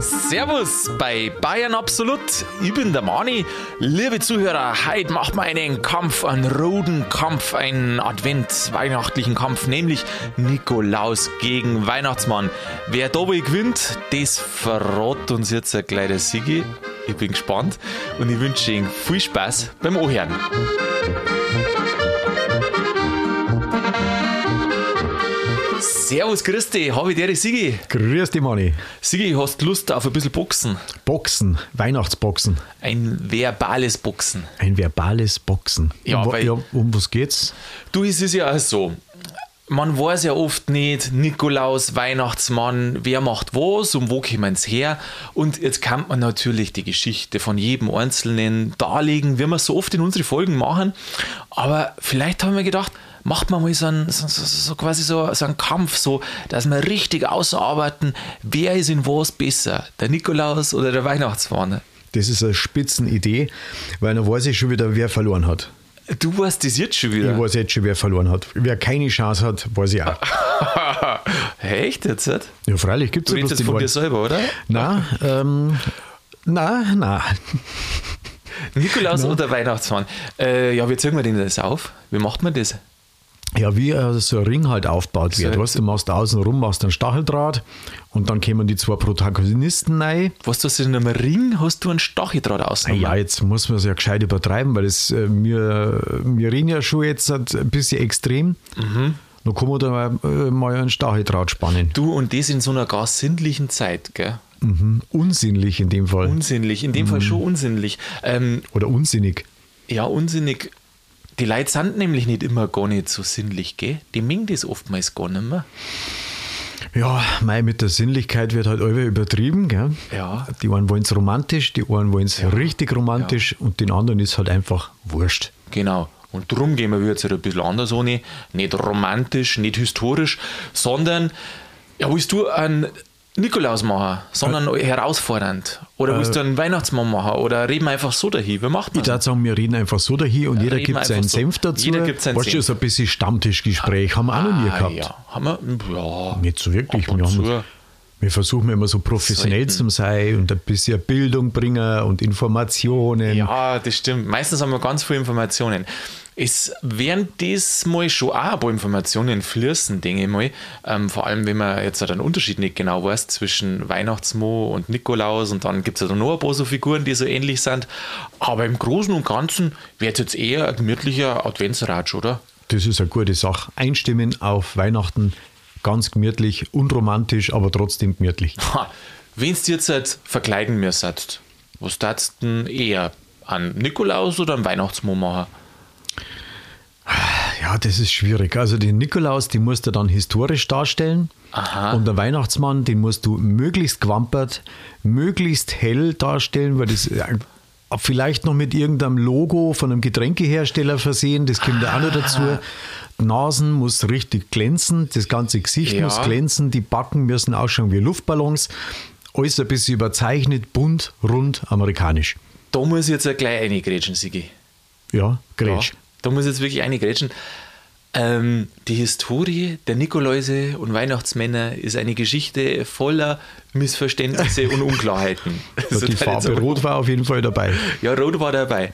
Servus bei Bayern Absolut. Ich bin der Mani. Liebe Zuhörer, heute machen wir einen Kampf, einen roten Kampf, einen Advent-weihnachtlichen Kampf, nämlich Nikolaus gegen Weihnachtsmann. Wer dabei gewinnt, das verrät uns jetzt ein kleiner Sigi. Ich bin gespannt und ich wünsche Ihnen viel Spaß beim Ohren. Servus, Christi, habe ich dir, Sigi. Grüß dich, Manni. Sigi, hast du Lust auf ein bisschen Boxen? Boxen, Weihnachtsboxen, Ein verbales Boxen. ein verbales Boxen. Ja, um, wa- weil- ja, um was geht's? Du, es ist ja auch so. Man weiß ja oft nicht, Nikolaus, Weihnachtsmann, wer macht was und wo kommen sie her. Und jetzt kann man natürlich die Geschichte von jedem Einzelnen darlegen, wie wir es so oft in unsere Folgen machen. Aber vielleicht haben wir gedacht, macht man mal so, einen, so, so, so quasi so, so einen Kampf, so, dass wir richtig ausarbeiten, wer ist in was besser, der Nikolaus oder der Weihnachtsmann. Das ist eine Spitzenidee, weil dann weiß ich schon wieder, wer verloren hat. Du weißt das jetzt schon Ich wieder. weiß jetzt schon, wer verloren hat. Wer keine Chance hat, weiß ich auch. Echt jetzt? nicht? Ja, freilich gibt's Du ja bloß redest den von dir einen. selber, oder? Na, ähm, na, na. Nikolaus oder Weihnachtsmann? Äh, ja, wie zeigen wir denn das auf? Wie macht man das? Ja, wie äh, so ein Ring halt aufgebaut wird. So- Weißt, du machst außen rum, machst einen Stacheldraht und dann kommen die zwei Protagonisten rein. Was tust du in einem Ring? Hast du einen Stacheldraht Ah außen? Ja, jetzt muss man es ja gescheit übertreiben, weil es, äh, wir, wir reden ja schon jetzt halt ein bisschen extrem. Mhm. Dann kann man da mal, äh, mal einen Stacheldraht spannen. Du und das in so einer gar sinnlichen Zeit, gell? Mhm. Unsinnlich in dem Fall. Unsinnlich, in dem Fall schon unsinnlich. Ähm, Oder unsinnig. ja, unsinnig. Die Leute sind nämlich nicht immer gar nicht so sinnlich, gell? Die mengen das oftmals gar nicht mehr. Ja, mei, mit der Sinnlichkeit wird halt alle übertrieben. Gell? Ja. Die einen wollen es romantisch, die anderen wollen es richtig romantisch und den anderen ist halt einfach wurscht. Genau. Und darum gehen wir jetzt halt ein bisschen anders ohne. Nicht romantisch, nicht historisch, sondern, ja, willst du einen Nikolaus machen, sondern Äh, herausfordernd? Oder willst du einen Weihnachtsmann machen? Oder reden wir einfach so dahin? Wie macht man Ich würde sagen, wir reden einfach so dahin und Also- jeder reden gibt einfach seinen so. Senf dazu. Jeder gibt seinen weißt du, Senf. so ein bisschen Stammtischgespräch haben wir auch noch nie gehabt. Ah, ja. Haben wir? Ja. Nicht so wirklich. Ab und Wir, haben, zu. wir versuchen immer so professionell Sollten. zu sein und ein bisschen Bildung bringen und Informationen. Ja, Ah, das stimmt. Meistens haben wir ganz viele Informationen. Es werden diesmal schon auch ein paar Informationen fließen, denke ich mal. Ähm, vor allem, wenn man jetzt den Unterschied nicht genau weiß zwischen Weihnachtsmo und Nikolaus und dann gibt es ja da noch ein paar so Figuren, die so ähnlich sind. Aber im Großen und Ganzen wäre es jetzt eher ein gemütlicher Adventsratsch, oder? Das ist eine gute Sache. Einstimmen auf Weihnachten. Ganz gemütlich, unromantisch, aber trotzdem gemütlich. Wenn du jetzt halt verkleiden müsstest, was darfst du denn eher? An Nikolaus oder an Weihnachtsmo machen? Ja, das ist schwierig. Also den Nikolaus, den musst du dann historisch darstellen. Aha. Und der Weihnachtsmann, den musst du möglichst gewampert, möglichst hell darstellen, weil das äh, vielleicht noch mit irgendeinem Logo von einem Getränkehersteller versehen, das kommt ja auch noch dazu. Ah. Die Nasen muss richtig glänzen, das ganze Gesicht Ja. muss glänzen, die Backen müssen ausschauen wie Luftballons. Alles ein bisschen überzeichnet, bunt, rund, amerikanisch. Da muss ich jetzt ja gleich reingrätschen, Sigi. Ja, Gretsch. Ja, da muss ich jetzt wirklich eine grätschen. Ähm, die Historie der Nikoläuse und Weihnachtsmänner ist eine Geschichte voller Missverständnisse und Unklarheiten. Also die Das ist halt jetzt Farbe so- Rot war auf jeden Fall dabei. Ja, Rot war dabei.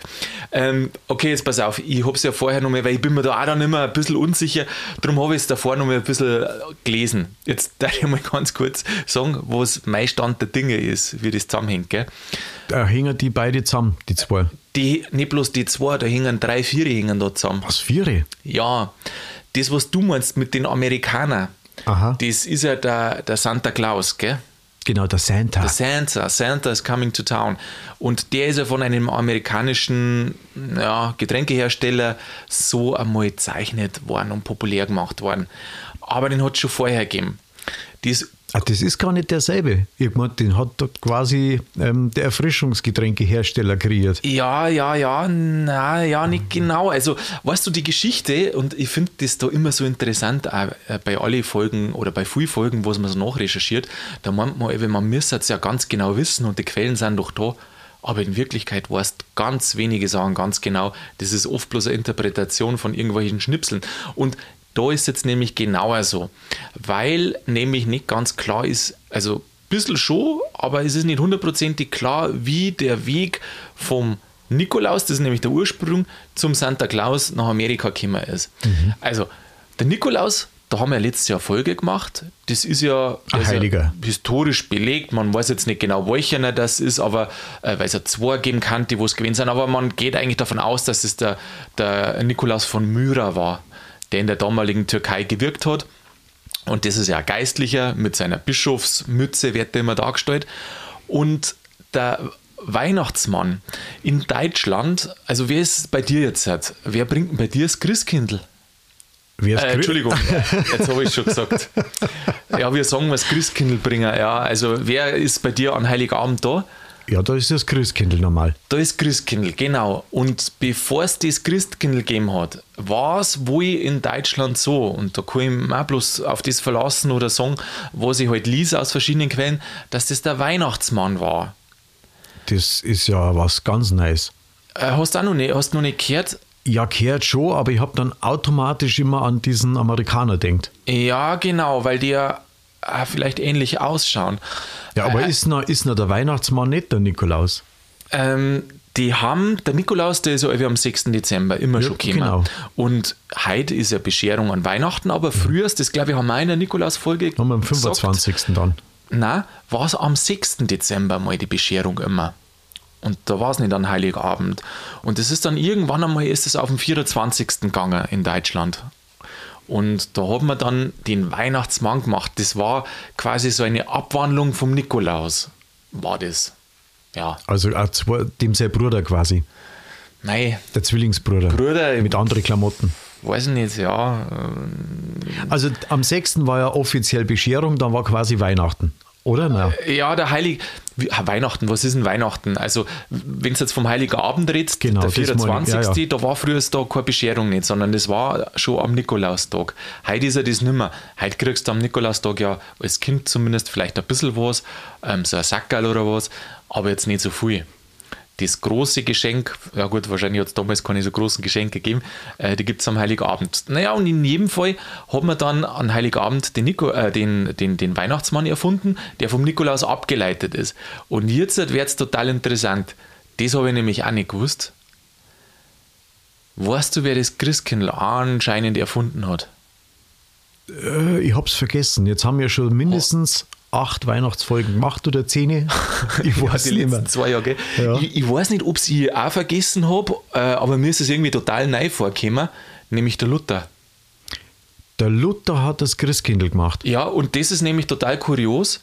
Ähm, okay, jetzt pass auf, ich hab's ja vorher nochmal, weil ich bin mir da auch dann immer ein bisschen unsicher, darum habe ich es davor nochmal ein bisschen äh, gelesen. Jetzt darf ich mal ganz kurz sagen, was mein Stand der Dinge ist, wie das zusammenhängt. Gell? Da hängen die beide zusammen, die zwei. Die, nicht bloß die zwei, da hängen drei, vier hängen da zusammen. Was, Viere? Ja, das, was du meinst mit den Amerikanern, Aha. das ist ja der, der Santa Claus, gell? Genau, der Santa. Der Santa, Santa is coming to town. Und der ist ja von einem amerikanischen ja, Getränkehersteller so einmal gezeichnet worden und populär gemacht worden. Aber den hat es schon vorher gegeben. Das, Ah, das ist gar nicht derselbe. Ich meine, den hat dort quasi ähm, der Erfrischungsgetränkehersteller kreiert. ja, ja, ja, na, ja, nicht genau. Also, weißt du, die Geschichte, und ich finde das da immer so interessant, auch äh, bei alle Folgen oder bei vielen Folgen, wo man so nachrecherchiert, da meint man, eben, man müsste es ja ganz genau wissen und die Quellen sind doch da. Aber in Wirklichkeit weißt ganz wenige Sachen ganz genau. Das ist oft bloß eine Interpretation von irgendwelchen Schnipseln. Und Da ist jetzt nämlich genauer so, weil nämlich nicht ganz klar ist, also ein bisschen schon, aber es ist nicht hundertprozentig klar, wie der Weg vom Nikolaus, das ist nämlich der Ursprung, zum Santa Claus nach Amerika gekommen ist. Mhm. Also der Nikolaus, da haben wir letztes Jahr Folge gemacht. Das ist ja, also der Ein ist ja Heiliger. historisch belegt. Man weiß jetzt nicht genau, welcher er das ist, aber äh, weil es ja zwei geben kann, die wo es gewesen sind. Aber man geht eigentlich davon aus, dass es der, der Nikolaus von Myra war, der in der damaligen Türkei gewirkt hat. Und das ist ja ein Geistlicher mit seiner Bischofsmütze, wird der immer dargestellt. Und der Weihnachtsmann in Deutschland, also wer ist bei dir jetzt? halt? Wer bringt denn bei dir das Christkindl? Wer ist Äh, Christ- Entschuldigung, jetzt habe ich schon gesagt. Ja, wir sagen was Christkindlbringer, ja. Also wer ist bei dir an Heiligabend da? Ja, da ist das Christkindl normal. Da ist Christkindl, genau. Und bevor es das Christkindl gegeben hat, war es wohl in Deutschland so, und da kann ich mich auch bloß auf das verlassen oder sagen, was ich halt lese aus verschiedenen Quellen, dass das der Weihnachtsmann war. Das ist ja was ganz Neues. Äh, hast du auch noch nicht, hast du noch nicht gehört? Ja, gehört schon, aber ich habe dann automatisch immer an diesen Amerikaner denkt. Ja, genau, weil die ja ah, vielleicht ähnlich ausschauen. Ja, aber Äh, ist noch, ist noch der Weihnachtsmann nicht der Nikolaus? Ähm, die haben, der Nikolaus, der ist ja irgendwie am 6. Dezember immer Ja, schon gekommen. genau. Und heute ist ja Bescherung an Weihnachten, aber früher, ist das glaube ich, haben wir in der Nikolaus-Folge Haben wir am gesagt. 25. dann. Nein, war es am 6. Dezember mal die Bescherung immer. Und da war es nicht an Heiligabend. Und es ist dann irgendwann einmal ist es auf den 24. gegangen in Deutschland. Und da haben wir dann den Weihnachtsmann gemacht. Das war quasi so eine Abwandlung vom Nikolaus. War das. Ja. Also auch zwei, dem sein Bruder quasi. Nein, Der Zwillingsbruder. Bruder, Mit anderen Klamotten. weiß ich nicht, ja. äh, Also am 6. war ja offiziell Bescherung, dann war quasi Weihnachten. Oder? Na, Ja, der Heilig. Wie- ah, Weihnachten, was ist denn Weihnachten? Also, wenn du jetzt vom Heiligen Abend redest, Genau, der das meine ich, 24. ja, ja. Da war früher da keine Bescherung nicht, sondern das war schon am Nikolaustag. Heute ist ja das nimmer. Heute kriegst du am Nikolaustag ja als Kind zumindest vielleicht ein bisschen was, ähm, so ein Sackerl oder was, aber jetzt nicht so viel. Das große Geschenk, ja gut, wahrscheinlich hat es damals keine so großen Geschenke gegeben, äh, die gibt es am Heiligabend. Naja, und in jedem Fall hat man dann an Heiligabend den, Nico, äh, den, den, den Weihnachtsmann erfunden, der vom Nikolaus abgeleitet ist. Und jetzt wird es total interessant. Das habe ich nämlich auch nicht gewusst. Weißt du, wer das Christkindl anscheinend erfunden hat? äh, ich hab's vergessen. Jetzt haben wir schon mindestens acht Weihnachtsfolgen gemacht oder zehn. Ich weiß Die nicht letzten mehr. zwei Jahre. gell? Ja. Ich, ich weiß nicht, ob ich es auch vergessen habe, äh, aber mir ist es irgendwie total neu vorgekommen, nämlich der Luther. Der Luther hat das Christkindl gemacht. Ja, und das ist nämlich total kurios,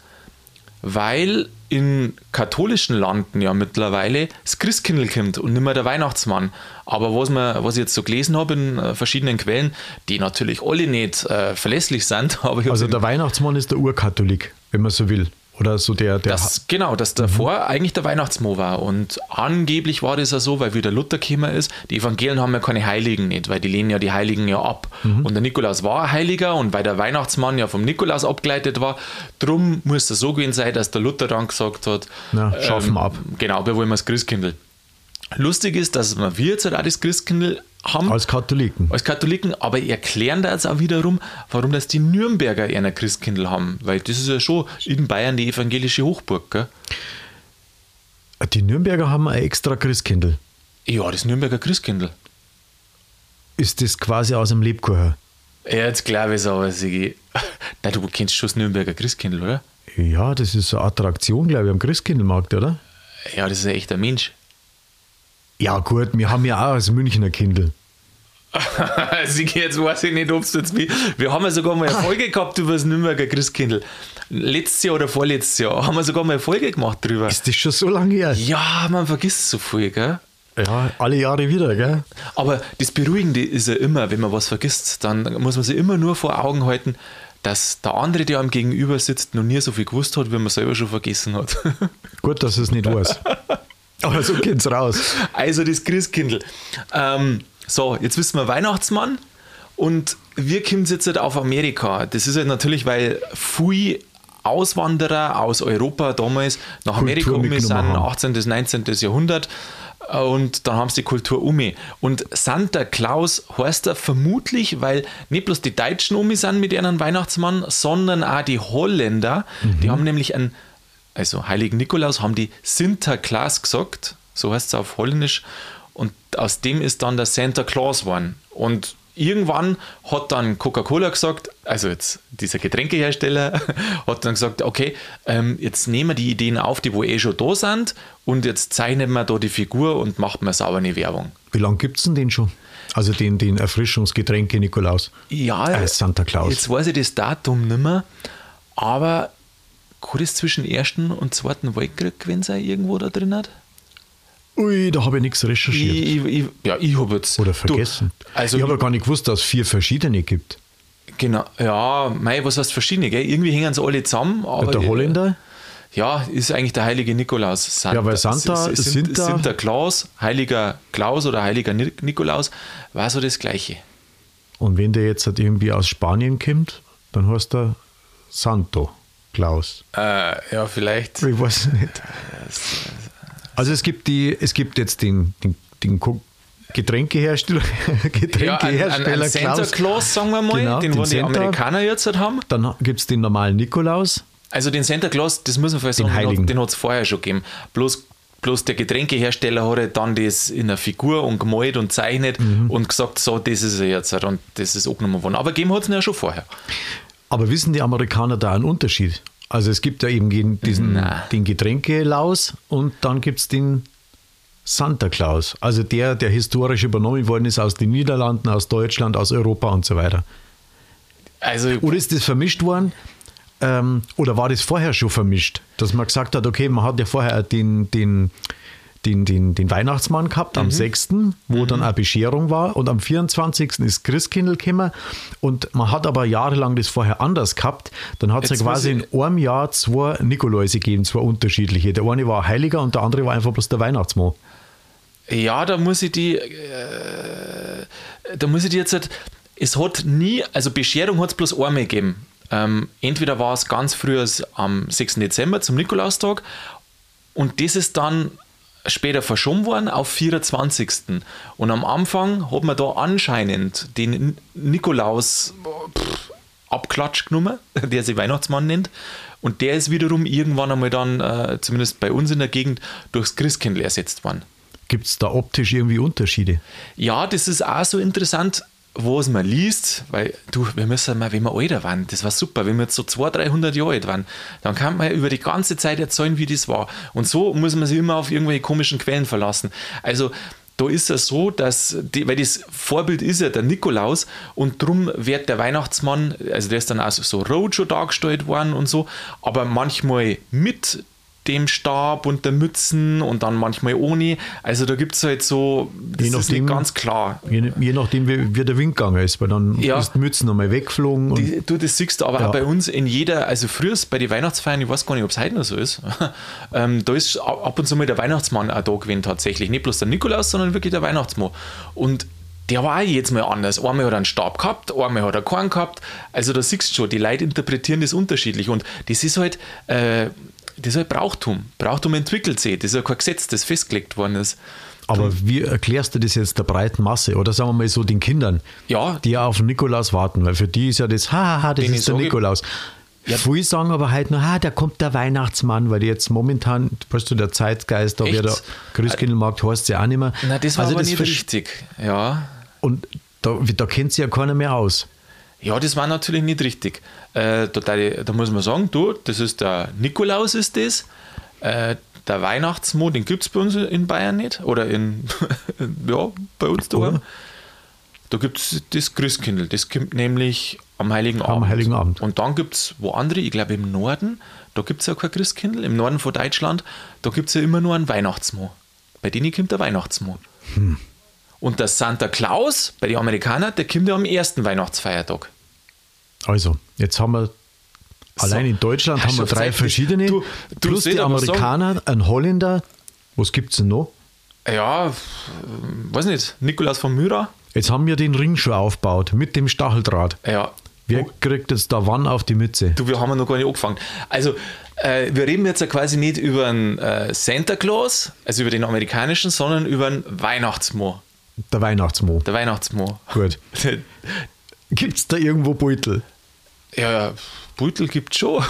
weil in katholischen Landen ja mittlerweile das Christkindl kommt und nicht mehr der Weihnachtsmann. Aber was, man, was ich jetzt so gelesen habe in äh, verschiedenen Quellen, die natürlich alle nicht äh, verlässlich sind, aber ich hab's Also in- der Weihnachtsmann ist der Urkatholik, wenn man so will. Oder so der, der Das, genau, dass davor Mhm. eigentlich der Weihnachtsmo war. Und angeblich war das ja so, weil wieder Luther gekommen ist. Die Evangelien haben ja keine Heiligen nicht, weil die lehnen ja die Heiligen ja ab. Mhm. Und der Nikolaus war ein Heiliger und weil der Weihnachtsmann ja vom Nikolaus abgeleitet war, drum muss es so gewesen sein, dass der Luther dann gesagt hat: ähm, Na, schaffen wir ab. Genau, wir wollen das Christkindl. Lustig ist, dass wir jetzt halt auch das Christkindl haben als Katholiken. als Katholiken, aber erklären da jetzt auch wiederum, warum das die Nürnberger eher ein Christkindl haben, weil das ist ja schon in Bayern die evangelische Hochburg, gell? Die Nürnberger haben ein extra Christkindl. Ja, das Nürnberger Christkindl. Ist das quasi aus dem Lebkuchen? Ja, jetzt glaube ich es aber, Sigi. Nein, du kennst schon das Nürnberger Christkindl, oder? Ja, das ist so eine Attraktion, glaube ich, am Christkindlmarkt, oder? Ja, das ist ein echter Mensch. Ja, gut, wir haben ja auch als Münchner Kindl. Sigi, jetzt weiß ich nicht, ob es jetzt mich. Wir haben ja sogar mal eine Folge gehabt über das Nürnberger Christkindl. Letztes Jahr oder vorletztes Jahr haben wir sogar mal eine Folge gemacht drüber. Ist das schon so lange her? Ja, man vergisst so viel, gell? Ja, alle Jahre wieder, gell? Aber das Beruhigende ist ja immer, wenn man was vergisst, dann muss man sich immer nur vor Augen halten, dass der andere, der einem gegenüber sitzt, noch nie so viel gewusst hat, wie man selber schon vergessen hat. Gut, dass es nicht weiß. Aber so geht's raus. also das Christkindl. Ähm, so, jetzt wissen wir Weihnachtsmann und wir kommen jetzt halt auf Amerika. Das ist halt natürlich, weil viel Auswanderer aus Europa damals nach Amerika Kultur umgegangen sind, mitgenommen haben. 18. bis 19. Jahrhundert. äh, Und dann haben sie die Kultur Umi. Und Santa Claus heißt er vermutlich, weil nicht bloß die Deutschen Umi sind mit ihren Weihnachtsmann, sondern auch die Holländer. Die haben nämlich einen, also Heiligen Nikolaus, haben die Sinterklaas gesagt. So heißt es auf Holländisch. Und aus dem ist dann der Santa Claus geworden. Und irgendwann hat dann Coca-Cola gesagt, also jetzt dieser Getränkehersteller, hat dann gesagt, okay, ähm, jetzt nehmen wir die Ideen auf, die wo eh schon da sind und jetzt zeichnen wir da die Figur und machen wir sauber eine Werbung. Wie lange gibt es denn den schon? Also den, den Erfrischungsgetränke Nikolaus. Ja, Äh, Santa Claus. jetzt weiß ich das Datum nicht mehr, aber kann das zwischen ersten und zweiten Weltkrieg gewesen sein, irgendwo da drin hat? Ui, da habe ich nichts recherchiert. Ich, ich, ich, ja, ich habe jetzt... Oder Du, vergessen. also ich habe ja gar nicht gewusst, dass es vier verschiedene gibt. Genau, ja, mei, was heißt verschiedene, gell? Irgendwie hängen sie alle zusammen. Aber der Holländer? Ja, ist eigentlich der heilige Nikolaus. Santa, Ja, weil Santa, S- S- Sinter- Sinter Claus, heiliger Klaus oder heiliger Ni- Nikolaus, war so das Gleiche. Und wenn der jetzt halt irgendwie aus Spanien kommt, dann heißt er Santo Claus. Äh, ja, vielleicht. Ich weiß nicht. Also es gibt die, es gibt jetzt den, den, den Ko- Getränkehersteller, Ja, ein, ein, Getränkehersteller ein Santa Claus, sagen wir mal, Genau, den wollen die Santa. Amerikaner jetzt halt haben. Dann gibt es den normalen Nikolaus. Also den Santa Claus, das muss man vielleicht Den sagen, den Heiligen. hat- den hat es vorher schon gegeben. Bloß, bloß der Getränkehersteller hat halt dann das in einer Figur und gemalt und zeichnet Mhm. und gesagt, so, das ist er jetzt halt und das ist angenommen worden. Aber gegeben hat es ja schon vorher. Aber wissen die Amerikaner da einen Unterschied? Also es gibt ja eben gen- diesen, Na. den Getränkelaus und dann gibt es den Santa Claus. Also der, der historisch übernommen worden ist aus den Niederlanden, aus Deutschland, aus Europa und so weiter. Also Oder ist das vermischt worden? Ähm, oder war das vorher schon vermischt? Dass man gesagt hat, okay, man hat ja vorher den, den, den, den, den Weihnachtsmann gehabt Mhm. am 6., wo dann eine Bescherung war und am 24. ist Christkindl gekommen und man hat aber jahrelang das vorher anders gehabt. Dann hat es ja Jetzt muss quasi ich- in einem Jahr zwei Nikoläuse gegeben, zwei unterschiedliche. Der eine war ein Heiliger und der andere war einfach bloß der Weihnachtsmann. Ja, da muss ich die, äh, da muss ich die jetzt, halt- es hat nie, also Bescherung hat es bloß einmal gegeben. Ähm, entweder war es ganz früh am 6. Dezember zum Nikolaustag und das ist dann später verschoben worden auf 24. Und am Anfang hat man da anscheinend den N- Nikolaus pff, Abklatsch genommen, der sich Weihnachtsmann nennt. Und der ist wiederum irgendwann einmal dann, äh, zumindest bei uns in der Gegend, durchs Christkindl ersetzt worden. Gibt es da optisch irgendwie Unterschiede? Ja, das ist auch so interessant, was man liest, weil du, wir müssen mal, wenn wir älter waren, das war super, wenn wir jetzt so 200, 300 Jahre alt waren, dann kann man ja über die ganze Zeit erzählen, wie das war. Und so muss man sich immer auf irgendwelche komischen Quellen verlassen. Also, da ist es so, dass, die, weil das Vorbild ist ja der Nikolaus und drum wird der Weihnachtsmann, also der ist dann auch so- so Roadshow dargestellt worden und so, aber manchmal mit dem Stab und der Mützen und dann manchmal ohne. Also da gibt es halt so, das ist nachdem, nicht ganz klar. Je, je nachdem, wie, wie der Wind gegangen ist, weil dann Ja. ist die Mütze nochmal weggeflogen. Und Die- Du, das siehst du aber auch bei uns in jeder, also früher ist bei den Weihnachtsfeiern, ich weiß gar nicht, ob es heute noch so ist, ähm, da ist ab ab und zu mal der Weihnachtsmann auch da gewesen tatsächlich. Nicht bloß der Nikolaus, sondern wirklich der Weihnachtsmann. Und der war auch jedes Mal anders. Einmal hat er einen Stab gehabt, einmal hat er keinen gehabt. Also da siehst du schon, die Leute interpretieren das unterschiedlich. Und das ist halt, äh, das ist halt Brauchtum. Brauchtum entwickelt sich. Das ist ja kein Gesetz, das festgelegt worden ist. Aber wie erklärst du das jetzt der breiten Masse oder sagen wir mal so den Kindern, Ja. die ja auf den Nikolaus warten? Weil für die ist ja das, haha, das Wenn ich ist der sage- Nikolaus. Ja. Viele sagen aber halt nur, ah, da kommt der Weihnachtsmann, weil die jetzt momentan, weißt du, der Zeitgeist, da Echt? wird der Christkindlmarkt, heißt ja auch nicht mehr. Na, das war also aber das nicht versch- richtig. Ja. Und da, da kennt sich ja keiner mehr aus. Ja, das war natürlich nicht richtig. Äh, da, da, da muss man sagen, du, das ist der Nikolaus ist das. Äh, der Weihnachtsmann, den gibt es bei uns in Bayern nicht. Oder in, ja, bei uns daheim. Da gibt es das Christkindl. Das kommt nämlich am Heiligen Abend. Heiligen Abend. Und dann gibt es wo andere, ich glaube im Norden, da gibt es ja kein Christkindl. Im Norden von Deutschland, da gibt es ja immer nur einen Weihnachtsmann. Bei denen kommt der Weihnachtsmann. Und der Santa Claus, bei den Amerikanern, der kommt ja am ersten Weihnachtsfeiertag. Also, jetzt haben wir allein So. in Deutschland Hast haben wir schon drei gesagt, verschiedene, du- du plus seht die aber so- Amerikaner, ein Holländer, was gibt es denn noch? Ja, f- weiß nicht, Nikolaus von Myra? Jetzt haben wir den Ring schon aufgebaut mit dem Stacheldraht. Ja, Wer kriegt jetzt da wann auf die Mütze? du, wir haben ja noch gar nicht angefangen. Also, äh, wir reden jetzt ja quasi nicht über einen äh, Santa Claus, also über den amerikanischen, sondern über einen Weihnachtsmo. Der Weihnachtsmo. Der Weihnachtsmo. Gut. Gibt es da irgendwo Beutel? ja, Beutel gibt schon.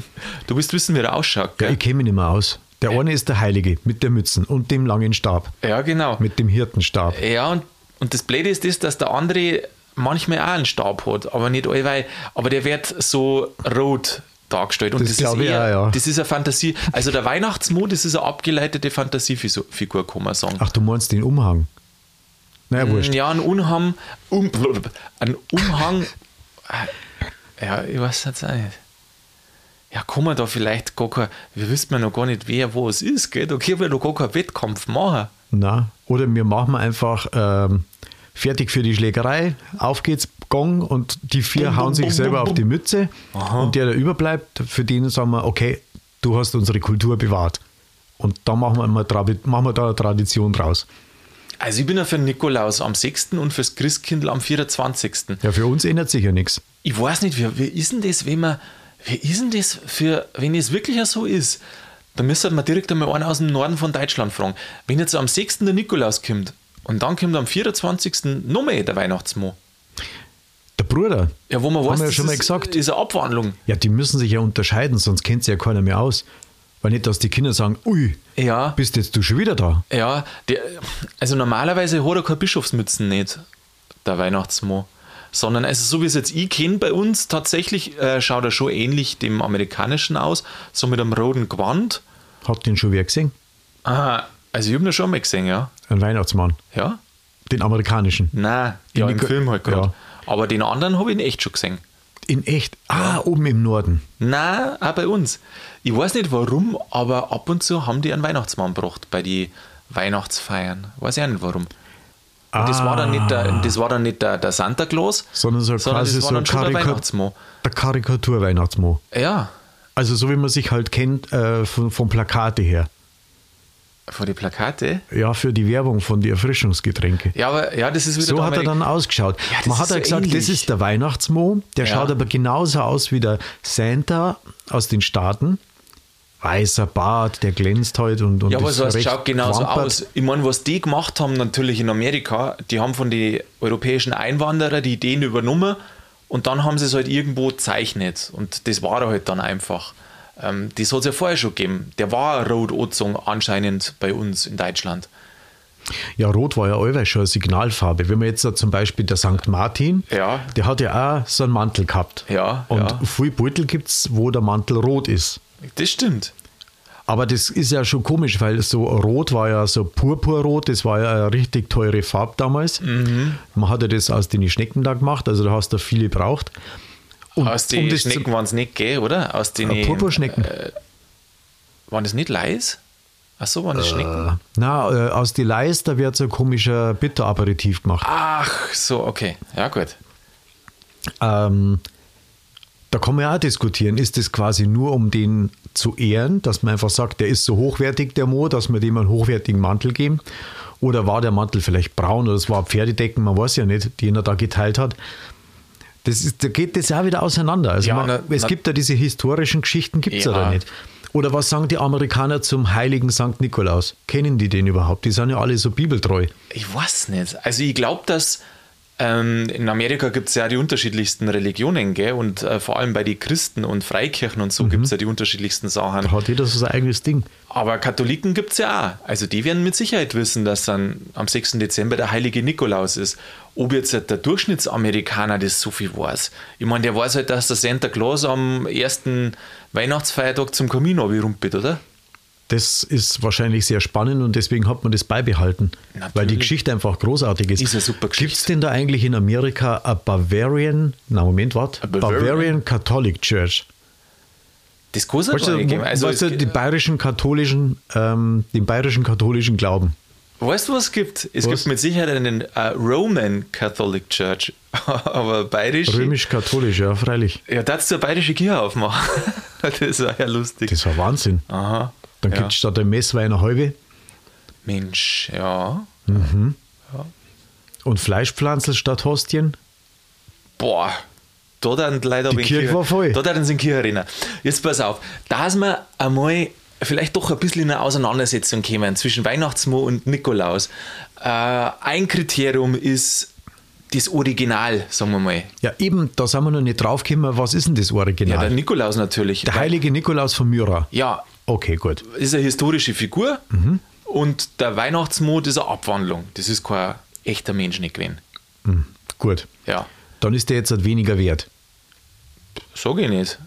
Du willst wissen, wie er ausschaut, Ja, gell? ich kenne mich nicht mehr aus. Der eine ist der Heilige mit der Mützen und dem langen Stab. Ja, genau. Mit dem Hirtenstab. Ja, und, und das Blöde ist das, dass der andere manchmal auch einen Stab hat, aber nicht allweil. Aber der wird so rot dargestellt. Und Das das, ist glaube ich eher, auch, ja. das ist eine Fantasie. Also der Weihnachtsmo, das ist eine abgeleitete Fantasiefigur, kann man sagen. Ach, du meinst den Umhang? Naja, wurscht. Mm, Ja, ein Unhang. Um, blub, ein Umhang. äh, ja, ich weiß jetzt auch nicht. Ja, kann man da vielleicht gar kein. Wir wissen ja noch gar nicht, wer wo es ist, gell? Da können wir doch gar keinen Wettkampf machen. Na, oder wir machen einfach ähm, fertig für die Schlägerei. Auf geht's, Gong. Und die vier Bum, bum, hauen sich bum, selber bum, auf bum. die Mütze. Und der, der überbleibt, für den sagen wir, okay, du hast unsere Kultur bewahrt. Und da machen wir, mal Tradi- machen wir da eine Tradition draus. Also, ich bin ja für den Nikolaus am 6. und fürs Christkindl am 24. Ja, für uns ändert sich ja nichts. Ich weiß nicht, wie, wie ist denn das, wenn man. Wie ist denn das für. Wenn es wirklich ja so ist, dann müsste man direkt einmal einen aus dem Norden von Deutschland fragen. Wenn jetzt am 6. der Nikolaus kommt und dann kommt am 24. nochmal der Weihnachtsmo. Der Bruder. Ja, wo man Haben weiß, wir ja das schon mal ist, gesagt. ist eine Abwandlung. Ja, die müssen sich ja unterscheiden, sonst kennt sie ja keiner mehr aus. Weil nicht, dass die Kinder sagen, ui, Ja. bist jetzt du schon wieder da. Ja, der, also normalerweise hat er keine Bischofsmützen nicht, der Weihnachtsmo. Sondern, also so wie es jetzt ich kenne, bei uns tatsächlich äh, schaut er schon ähnlich dem amerikanischen aus, so mit einem roten Gewand. Hat den schon wer gesehen? Ah, also ich habe ihn schon mal gesehen, ja. Ein Weihnachtsmann. Ja? Den amerikanischen. Nein, ja, im Nico- Film halt gerade. Ja. Aber den anderen habe ich ihn echt schon gesehen. In echt. Ah, oben im Norden. Na, auch bei uns. Ich weiß nicht warum, aber ab und zu haben die einen Weihnachtsmann gebracht bei die Weihnachtsfeiern. Weiß ich auch nicht warum. Und das war dann nicht der, das war dann nicht der, der Santa Claus, Sondern Ah. so quasi das war so dann schon der Karika- Weihnachtsmann. Der Karikatur-Weihnachtsmann. Ja, Also so wie man sich halt kennt äh, von, vom Plakate her. von die Plakate. Ja, für die Werbung von die Erfrischungsgetränke. Ja, aber ja, das ist wieder So der hat er Amerik- dann ausgeschaut. Ja, das Man ist hat ja so gesagt, ähnlich. das ist der Weihnachtsmo. Der Ja. schaut aber genauso aus wie der Santa aus den Staaten. Weißer Bart, der glänzt heute und, und Ja, aber ist so es recht schaut genauso gewampert. aus. Ich meine, was die gemacht haben, natürlich in Amerika, die haben von den europäischen Einwanderern die Ideen übernommen und dann haben sie es halt irgendwo gezeichnet. Und das war er halt dann einfach. Ähm, das hat es ja vorher schon gegeben. Der war rot Ozung anscheinend bei uns in Deutschland. Ja, Rot war ja allweil schon eine Signalfarbe. Wenn man jetzt da zum Beispiel der St. Martin, Ja. der hat ja auch so einen Mantel gehabt. Ja, Und ja. viel Beutel gibt es, wo der Mantel rot ist. Das stimmt. Aber das ist ja schon komisch, weil so rot war ja so purpurrot, das war ja eine richtig teure Farbe damals. Mhm. Man hat ja das aus den Schnecken da gemacht, also da hast du viele braucht. Und Aus den Um das zu- Schnecken waren es nicht, gell, oder? Aus den. Äh, Purpurschnecken. waren das nicht Leis? Ach so, waren das Schnecken? na, äh, aus die Leis, da wird so ein komischer Bitteraperitif gemacht. Ach so, okay. Ja, gut. Ähm, da kann man ja auch diskutieren. Ist das quasi nur, um den zu ehren, dass man einfach sagt, der ist so hochwertig, der Mo, dass wir dem einen hochwertigen Mantel geben? Oder war der Mantel vielleicht braun oder es war Pferdedecken, man weiß ja nicht, den er da geteilt hat. Das ist, da geht das ja wieder auseinander. Also Ja, man, na- es na- gibt ja diese historischen Geschichten, gibt es ja. Ja. da nicht. Oder was sagen die Amerikaner zum heiligen Sankt Nikolaus? Kennen die den überhaupt? Die sind ja alle so bibeltreu. Ich weiß nicht. Also ich glaube, dass ähm, in Amerika gibt es ja die unterschiedlichsten Religionen, gell? Und äh, vor allem bei den Christen und Freikirchen und so gibt es ja die unterschiedlichsten Sachen. Mhm. Da hat jeder so sein eigenes Ding. Aber Katholiken gibt es ja auch. Also die werden mit Sicherheit wissen, dass dann am 6. Dezember der heilige Nikolaus ist. Ob jetzt der Durchschnittsamerikaner das so viel weiß. Ich meine, der weiß halt, dass der Santa Claus am ersten Weihnachtsfeiertag zum Kamin rumpelt, oder? Das ist wahrscheinlich sehr spannend und deswegen hat man das beibehalten, Natürlich. weil die Geschichte einfach großartig ist. Ist eine super Geschichte. Gibt es denn da eigentlich in Amerika a Bavarian, na Moment, warte, A Bavarian? Bavarian? Catholic Church? Das kann es halt Weißt gar nicht du, geben. Also weißt du es- die bayerischen katholischen, ähm, den bayerischen katholischen Glauben? Weißt du, was es gibt? Es Was? gibt mit Sicherheit einen äh, Roman Catholic Church, aber bayerisch. Römisch-katholisch, ja, freilich. Ja, darfst du eine bayerische Kirche aufmachen. das war ja lustig. Das war Wahnsinn. Aha. Dann ja. gibt es statt ein Messwein eine halbe Mensch, ja. und Fleischpflanzel statt Hostien. Boah. da dann leider Die wen Kirche Kirche- war voll. Da dann sind Kircherinnen. Jetzt pass auf, dass wir einmal vielleicht doch ein bisschen in eine Auseinandersetzung kämen zwischen Weihnachtsmo und Nikolaus. Äh, ein Kriterium ist das Original, sagen wir mal. Ja, eben, da sind wir noch nicht draufgekommen. Was ist denn das Ja, der Original? Nikolaus natürlich. der heilige Nikolaus von Myra. ja, Okay, gut. ist eine historische Figur Mhm. und der Weihnachtsmod ist eine Abwandlung. Das ist kein echter Mensch nicht gewesen. Gut. Ja, Dann ist der jetzt halt weniger wert. sag ich nicht.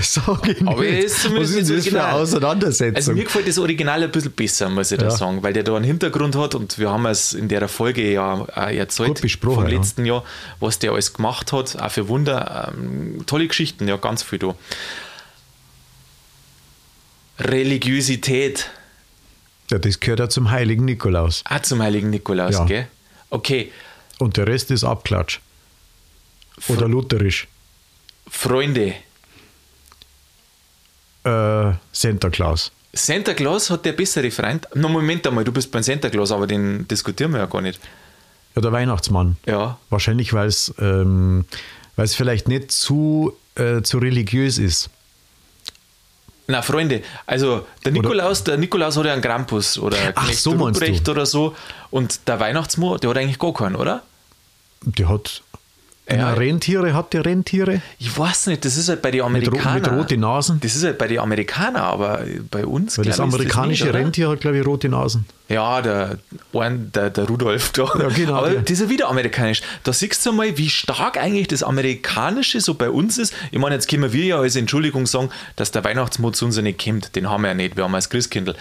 Sag ich Aber nicht. er ist zumindest Was jetzt ist das für eine original. Auseinandersetzung? Also mir gefällt das Original ein bisschen besser, muss ich da Ja. sagen, weil der da einen Hintergrund hat und wir haben es in der Folge ja auch erzählt Gut besprochen, vom ja. letzten Jahr, was der alles gemacht hat, auch für Wunder. Ähm, tolle Geschichten, ja, ganz viel da. Religiosität. ja, das gehört ja zum heiligen Nikolaus. Auch zum heiligen Nikolaus, Ja. gell? Okay, Und der Rest ist Abklatsch. Oder lutherisch. Freunde. Äh, Santa Claus. Santa Claus hat der bessere Freund. Na, Moment einmal, du bist beim Santa Claus, aber den diskutieren wir ja gar nicht. Ja, der Weihnachtsmann. Ja. Wahrscheinlich, weil es ähm, weil es vielleicht nicht zu, äh, zu religiös ist. Na, Freunde, also der Nikolaus, der Nikolaus hat ja einen Krampus oder Ach, Knecht so meinst du. Ruprecht oder so. Und der Weihnachtsmo, der hat eigentlich gar keinen, oder? Der hat. Na, Rentiere, habt ihr Rentiere? Ich weiß nicht, das ist halt bei den Mit ro- Amerikanern. mit roten Nasen? Das ist halt bei den Amerikanern, aber bei uns, Weil das glaub ich, ist amerikanische nicht, oder? Rentier hat, glaube ich, rote Nasen. Ja, der, ein- der, der Rudolf da. Ja, genau, Aber ja. das ist ja wieder amerikanisch. Da siehst du mal, wie stark eigentlich das Amerikanische so bei uns ist. Ich meine, jetzt können wir ja als Entschuldigung sagen, dass der Weihnachtsmut zu uns ja nicht kommt. Den haben wir ja nicht, wir haben als Christkindl.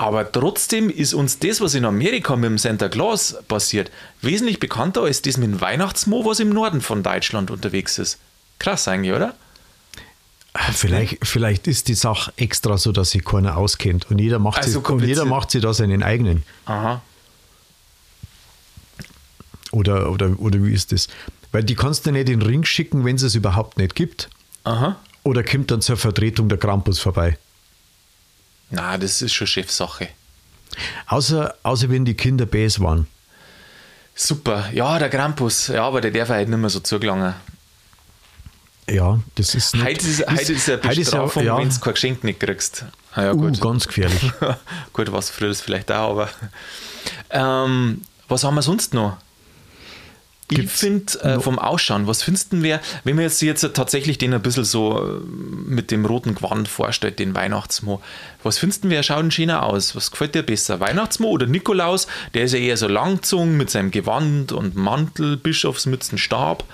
Aber trotzdem ist uns das, was in Amerika mit dem Santa Claus passiert, wesentlich bekannter als das mit dem Weihnachtsmo, was im Norden von Deutschland unterwegs ist. Krass eigentlich, oder? Vielleicht, vielleicht ist die Sache extra so, dass sich keiner auskennt und jeder macht, Also sie, und jeder kompliziert. macht sie da seinen eigenen. Aha. Oder, oder, oder wie ist das? Weil die kannst du nicht in den Ring schicken, wenn es es überhaupt nicht gibt. Aha. Oder kommt dann zur Vertretung der Krampus vorbei. Na, das ist schon Chefsache. Außer, außer wenn die Kinder Bäs waren. Super. Ja, der Krampus. Ja, aber der darf halt nicht mehr so zugelangen. Ja, das ist nicht. Heute ist, heute ist eine heute ist ja- Bestrafung, ja, wenn du kein Geschenk nicht kriegst. Ah, ja, uh, gut. ganz gefährlich. gut, was früher das vielleicht auch, aber. Ähm, was haben wir sonst noch? ich Gibt's finde äh, vom Ausschauen, was findest du wer, wenn man jetzt, jetzt tatsächlich den ein bisschen so äh, mit dem roten Gewand vorstellt, den Weihnachtsmo, was findest du wer schaut denn schöner aus? Was gefällt dir besser? Weihnachtsmo oder Nikolaus? Der ist ja eher so langzogen mit seinem Gewand und Mantel, Bischofsmützen, Stab.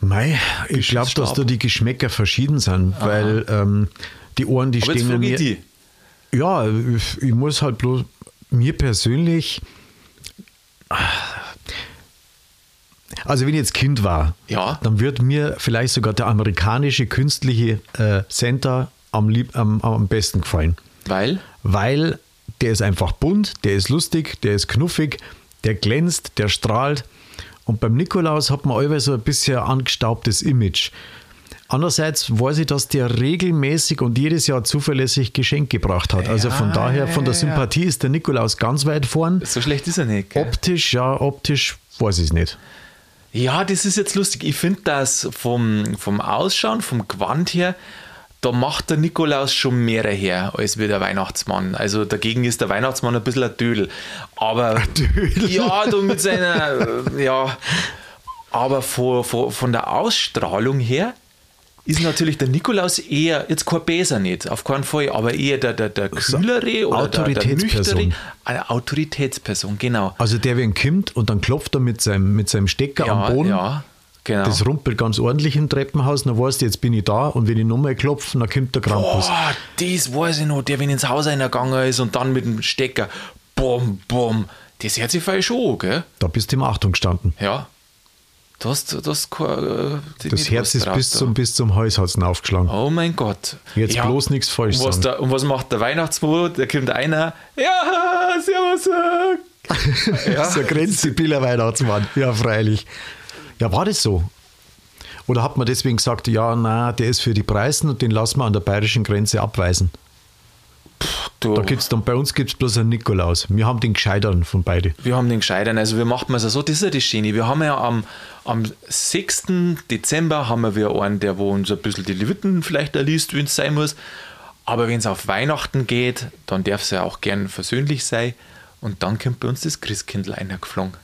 Mei, ich glaube, dass Bischofsstab. da die Geschmäcker verschieden sind, weil ähm, die Ohren, die Aber jetzt stehen frage ich mir. die. Ja, ich, ich muss halt bloß mir persönlich. Also wenn ich jetzt Kind war, Ja. dann wird mir vielleicht sogar der amerikanische künstliche äh, Center am, lieb, am, am besten gefallen. Weil? Weil der ist einfach bunt, der ist lustig, der ist knuffig, der glänzt, der strahlt. Und beim Nikolaus hat man allweil so ein bisschen ein angestaubtes Image. Andererseits weiß ich, dass der regelmäßig und jedes Jahr zuverlässig Geschenk gebracht hat. Also von Ja, daher, von der ja, ja. Sympathie ist der Nikolaus ganz weit vorn. So schlecht ist er nicht. Gell? Optisch, ja, optisch weiß ich es nicht. Ja, das ist jetzt lustig. Ich finde das vom, vom Ausschauen, vom Gewand her, da macht der Nikolaus schon mehr her als wie der Weihnachtsmann. Also dagegen ist der Weihnachtsmann ein bisschen ein Dödel. Aber Dödel. ja, du mit seiner äh, ja, aber von, von, von der Ausstrahlung her ist natürlich der Nikolaus eher, jetzt kein Bäser nicht, auf keinen Fall, aber eher der, der, der kühlere oder der, der Autoritätsperson. nüchtere, eine Autoritätsperson, genau. Also der, wenn kimmt und dann klopft er mit seinem, mit seinem Stecker am Boden. ja, genau. Das rumpelt ganz ordentlich im Treppenhaus, dann weißt du, jetzt bin ich da und wenn ich nochmal klopfe, dann kommt der Krampus. Boah, das weiß ich noch, der, wenn ins Haus reingegangen ist und dann mit dem Stecker, bum, bum, das hört sich falsch an, gell? Da bist du im Achtung gestanden. Ja. Das, das, das, Das Herz ist bis zum, bis zum Halshatzen aufgeschlagen. Oh mein Gott. Jetzt bloß nichts falsch und was sagen. da- und was macht der Weihnachtsmut? Da kommt einer, ja, servus. äh." Ja. so grinst die Biller Weihnachtsmann. Ja, freilich. Ja, war das so? Oder hat man deswegen gesagt, ja, na, der ist für die Preisen und den lassen wir an der bayerischen Grenze abweisen? Du, Da gibt's dann, bei uns gibt es bloß einen Nikolaus. Wir haben den Gescheiteren von beide. wir haben den Gescheitern, also wir machen es so, das ist ja das Schöne. Wir haben ja am, am 6. Dezember haben wir einen, der wo uns ein bisschen die Leviten vielleicht erliest, wenn es sein muss. Aber wenn es auf Weihnachten geht, dann darf es ja auch gern versöhnlich sein. Und dann kommt bei uns das Christkindlein geflogen.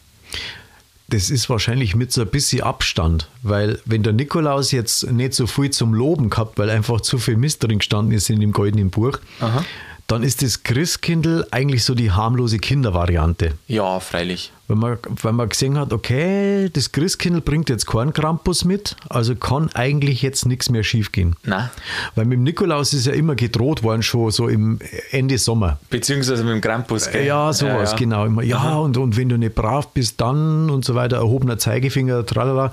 Das ist wahrscheinlich mit so ein bisschen Abstand, weil wenn der Nikolaus jetzt nicht so viel zum Loben gehabt, weil einfach zu viel Mist drin gestanden ist in dem goldenen Buch, Aha. dann ist das Christkindl eigentlich so die harmlose Kindervariante. Ja, freilich. Wenn man, wenn man gesehen hat, okay, das Christkindl bringt jetzt keinen Krampus mit, also kann eigentlich jetzt nichts mehr schiefgehen. Na, Weil mit dem Nikolaus ist ja immer gedroht worden, schon so im Ende Sommer. beziehungsweise mit dem Krampus, gell? Ja, sowas, ja. genau. Immer, ja, und, und wenn du nicht brav bist, dann und so weiter, erhobener Zeigefinger, tralala.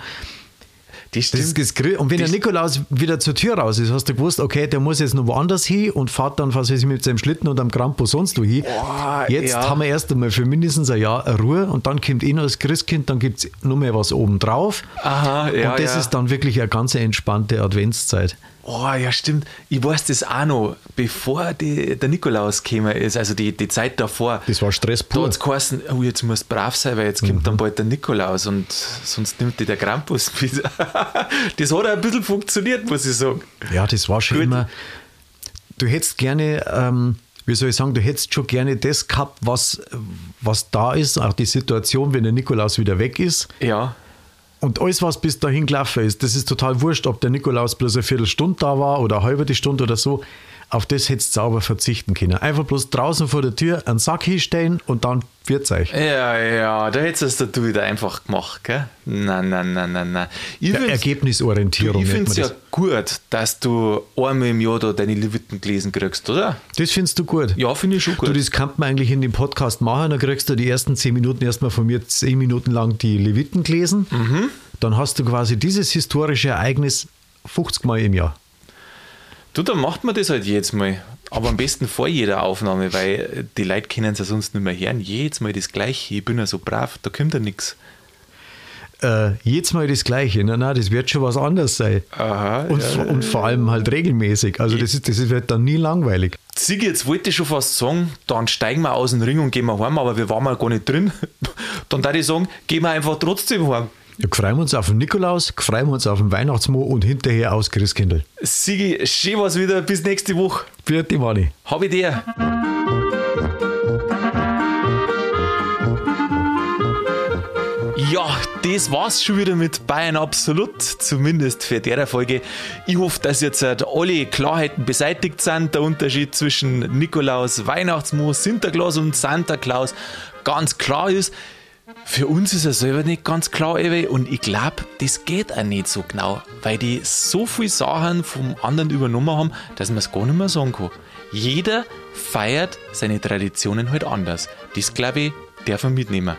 Das Das stimmt. ist das Gri- und wenn der Nikolaus wieder zur Tür raus ist, hast du gewusst, okay, der muss jetzt noch woanders hin und fährt dann, was weiß ich, mit seinem Schlitten und am Krampo sonst wo hin. Boah, jetzt ja. haben wir erst einmal für mindestens ein Jahr eine Ruhe und dann kommt eh noch das Christkind, dann gibt es nur mehr was obendrauf. Aha, ja, und das ja. ist dann wirklich eine ganz entspannte Adventszeit. Oh, ja, stimmt. Ich weiß das auch noch, bevor die, der Nikolaus gekommen ist, also die, die Zeit davor. Das war Stress Da pur. Mhm. hat es geheißen, oh, jetzt musst du brav sein, weil jetzt kommt dann bald der Nikolaus und sonst nimmt dir der Krampus mit. das hat auch ein bisschen funktioniert, muss ich sagen. Ja, das war schon Gut. immer. Du hättest gerne, ähm, wie soll ich sagen, du hättest schon gerne das gehabt, was, was da ist, auch die Situation, wenn der Nikolaus wieder weg ist. Ja, Und alles, was bis dahin gelaufen ist, das ist total wurscht, ob der Nikolaus bloß eine Viertelstunde da war oder eine halbe Stunde oder so. Auf das hättest du sauber verzichten können. Einfach bloß draußen vor der Tür einen Sack hinstellen und dann wird's euch. ja, ja, da hättest du es wieder einfach gemacht, gell? Nein, nein, nein, nein, nein. Ich Ja, find's- Ergebnisorientierung Ich nennt finde man es ja das. gut, dass du einmal im Jahr da deine Leviten gelesen kriegst, oder? Das findest du gut. Ja, finde ich schon gut. Du, das kann man eigentlich in dem Podcast machen. Dann kriegst du die ersten zehn Minuten erstmal von mir zehn Minuten lang die Leviten gelesen. Mhm. Dann hast du quasi dieses historische Ereignis 50 Mal im Jahr. Du, dann macht man das halt jetzt mal. Aber am besten vor jeder Aufnahme, weil die Leute können es ja sonst nicht mehr hören. Jedes Mal das Gleiche. Ich bin ja so brav, da kommt ja nichts. Äh, jedes Mal das Gleiche. Na, na, das wird schon was anderes sein. Aha. Und, und vor allem halt regelmäßig. Also das, ist, das wird dann nie langweilig. Sigi, jetzt wollte ich schon fast sagen, dann steigen wir aus dem Ring und gehen wir heim, aber wir waren mal gar nicht drin. Dann darf ich sagen, gehen wir einfach trotzdem heim. Ja, freuen wir uns auf den Nikolaus, freuen wir uns auf den Weihnachtsmo und hinterher aus Christkindl. Sigi, schön was wieder, bis nächste Woche. Für die Mani. Hab ich dir. Ja, das war's schon wieder mit Bayern Absolut, zumindest für derer Folge. Ich hoffe, dass jetzt halt alle Klarheiten beseitigt sind. Der Unterschied zwischen Nikolaus, Weihnachtsmus, Sinterklaas und Santa Claus ganz klar ist. Für uns ist er selber nicht ganz klar, Ewe, und ich glaube, das geht auch nicht so genau, weil die so viele Sachen vom anderen übernommen haben, dass man es gar nicht mehr sagen kann. Jeder feiert seine Traditionen halt anders. Das glaube ich, darf man mitnehmen.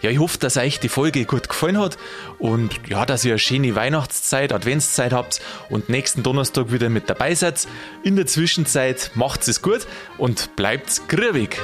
Ja, ich hoffe, dass euch die Folge gut gefallen hat und ja, dass ihr eine schöne Weihnachtszeit, Adventszeit habt und nächsten Donnerstag wieder mit dabei seid. In der Zwischenzeit macht's es gut und bleibt grübig.